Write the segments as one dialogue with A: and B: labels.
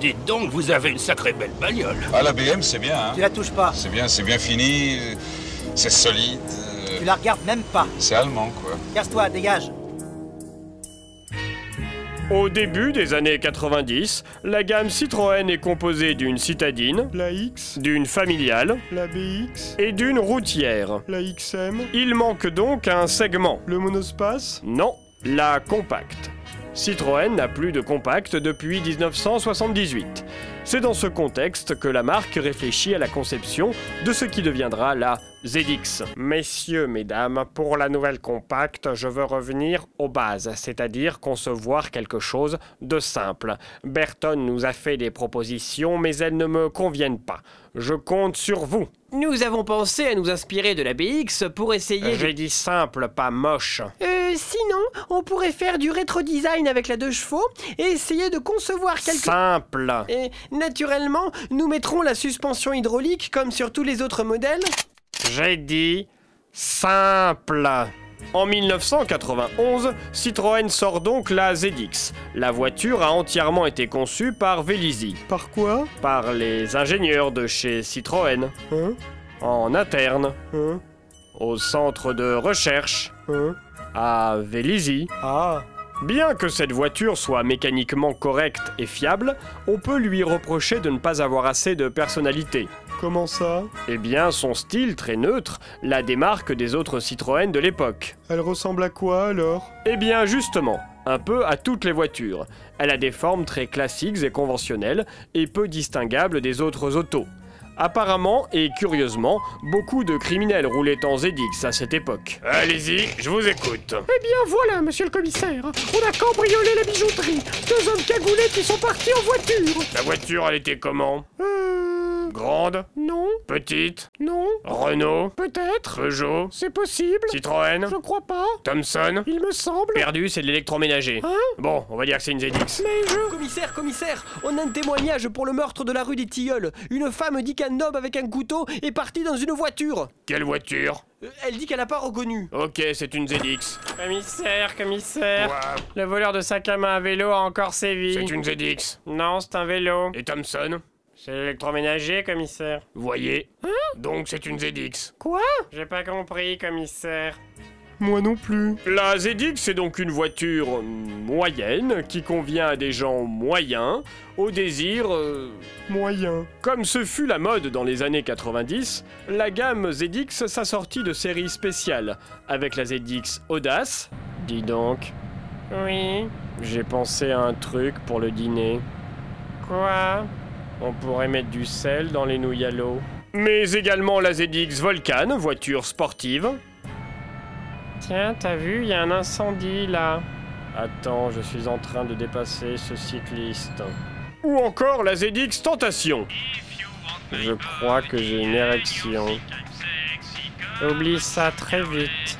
A: Dites donc, vous avez une sacrée belle bagnole.
B: Ah, la BM, c'est bien, hein
C: Tu la touches pas.
B: C'est bien, c'est bien fini, euh, c'est solide, euh,
C: Tu la regardes même pas.
B: c'est allemand, quoi.
C: Casse-toi, dégage.
D: Au début des années 90, la gamme Citroën est composée d'une citadine,
E: La X,
D: d'une familiale
E: la BX,
D: et d'une routière.
E: la XM,
D: Il manque donc un segment.
E: le monospace,
D: Non, la compacte. Citroën n'a plus de compacte depuis 1978. C'est dans ce contexte que la marque réfléchit à la conception de ce qui deviendra la ZX. Messieurs, mesdames, pour la nouvelle compacte, je veux revenir aux bases, c'est-à-dire concevoir quelque chose de simple. Berton nous a fait des propositions, mais elles ne me conviennent pas. Je compte sur vous.
F: Nous avons pensé à nous inspirer de la BX pour essayer de...
D: J'ai dit simple, pas moche.
F: Euh, sinon, on pourrait faire du rétro-design avec la deux chevaux et essayer de concevoir quelque...
D: Simple.
F: Et naturellement, nous mettrons la suspension hydraulique comme sur tous les autres modèles.
D: J'ai dit simple. En 1991, Citroën sort donc la ZX. La voiture a entièrement été conçue par Vélizy,
E: par quoi
D: par les ingénieurs de chez Citroën,
E: Hein
D: en interne,
E: Hein
D: au centre de recherche,
E: Hein
D: à Vélizy.
E: Ah
D: Bien que cette voiture soit mécaniquement correcte et fiable, on peut lui reprocher de ne pas avoir assez de personnalité.
E: Comment ça
D: Eh bien, son style très neutre la démarque des autres Citroën de l'époque.
E: Elle ressemble à quoi alors
D: Eh bien justement, un peu à toutes les voitures. Elle a des formes très classiques et conventionnelles et peu distinguables des autres autos. Apparemment et curieusement, beaucoup de criminels roulaient en ZX à cette époque. Allez-y, je vous écoute.
F: Eh bien voilà, monsieur le commissaire, on a cambriolé la bijouterie. Deux hommes cagoulés qui sont partis en voiture.
D: La voiture, elle était comment
F: Euh...
D: Grande
F: Non,
D: Petite
F: non,
D: Renault
F: peut-être,
D: Peugeot
F: c'est possible,
D: Citroën
F: je crois pas,
D: Thomson
F: il me semble.
D: Perdu, c'est de l'électroménager.
F: Hein
D: Bon, on va dire que c'est une ZX.
F: Mais je... Commissaire, commissaire, on a un témoignage pour le meurtre de la rue des Tilleuls. Une femme dit qu'un homme avec un couteau est parti dans une voiture.
D: Quelle voiture
F: Euh, Elle dit qu'elle n'a pas reconnu.
D: Ok, c'est une ZX.
F: Commissaire, commissaire,
D: Ouah,
F: le voleur de sac à main à vélo a encore sévi.
D: c'est une ZX.
F: Non, c'est un vélo.
D: Et Thomson
F: C'est l'électroménager, commissaire.
D: Voyez. Donc c'est une ZX.
F: Quoi J'ai pas compris, commissaire.
E: Moi non plus.
D: La ZX est donc une voiture moyenne qui convient à des gens moyens, au désir... euh,
E: Moyen.
D: Comme ce fut la mode dans les années 90, la gamme ZX s'assortit de séries spéciales, avec la ZX Audace. Dis donc. Oui. J'ai pensé à un truc pour le dîner. Quoi On pourrait mettre du sel dans les nouilles à l'eau. Mais également la ZX Volcan, voiture sportive. Tiens, t'as vu, il y a un incendie là. Attends, je suis en train de dépasser ce cycliste. Ou encore la ZX Tentation. Je crois que j'ai une érection. Oublie ça très vite.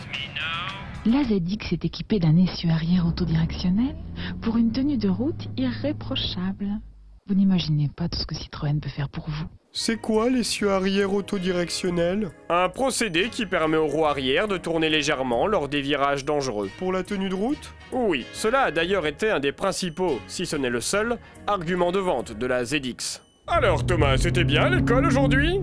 G: La ZX est équipée d'un essieu arrière autodirectionnel pour une tenue de route irréprochable. Vous n'imaginez pas tout ce que Citroën peut faire pour vous.
E: C'est quoi l'essieu arrière autodirectionnel
D: Un procédé qui permet aux roues arrière de tourner légèrement lors des virages dangereux.
E: Pour la tenue de route
D: Oui, cela a d'ailleurs été un des principaux, si ce n'est le seul, argument de vente de la ZX. Alors Thomas, c'était bien à l'école aujourd'hui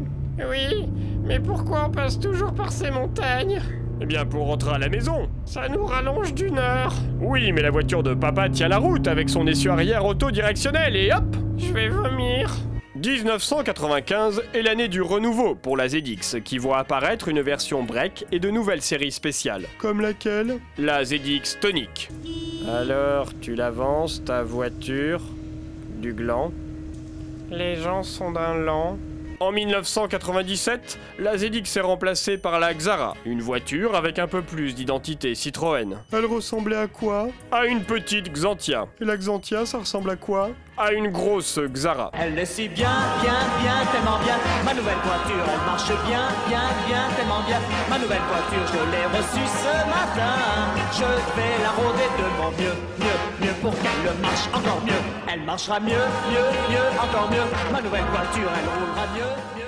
F: Oui, mais pourquoi on passe toujours par ces montagnes
D: Eh bien pour rentrer à la maison.
F: Ça nous rallonge d'une heure.
D: Oui, mais la voiture de papa tient la route avec son essieu arrière autodirectionnel et hop
F: Je vais vomir.
D: 1995 est l'année du renouveau pour la ZX, qui voit apparaître une version break et de nouvelles séries spéciales.
E: Comme laquelle
D: La ZX Tonic. Alors, tu l'avances, ta voiture, du gland. Les gens sont d'un lent. En 1997, la ZX est remplacée par la Xara, une voiture avec un peu plus d'identité Citroën.
E: Elle ressemblait à quoi
D: À une petite Xantia,
E: Et la Xantia, ça ressemble à quoi
D: à une grosse Xara.
H: Elle le suit bien, bien, bien, tellement bien. Ma nouvelle voiture, elle marche bien, bien, bien, tellement bien. Ma nouvelle voiture, je l'ai reçue ce matin. Je vais la rôder de mon mieux, mieux, mieux pour qu'elle marche encore mieux. Elle marchera mieux, mieux, mieux, encore mieux. Ma nouvelle voiture, elle roulera mieux, mieux.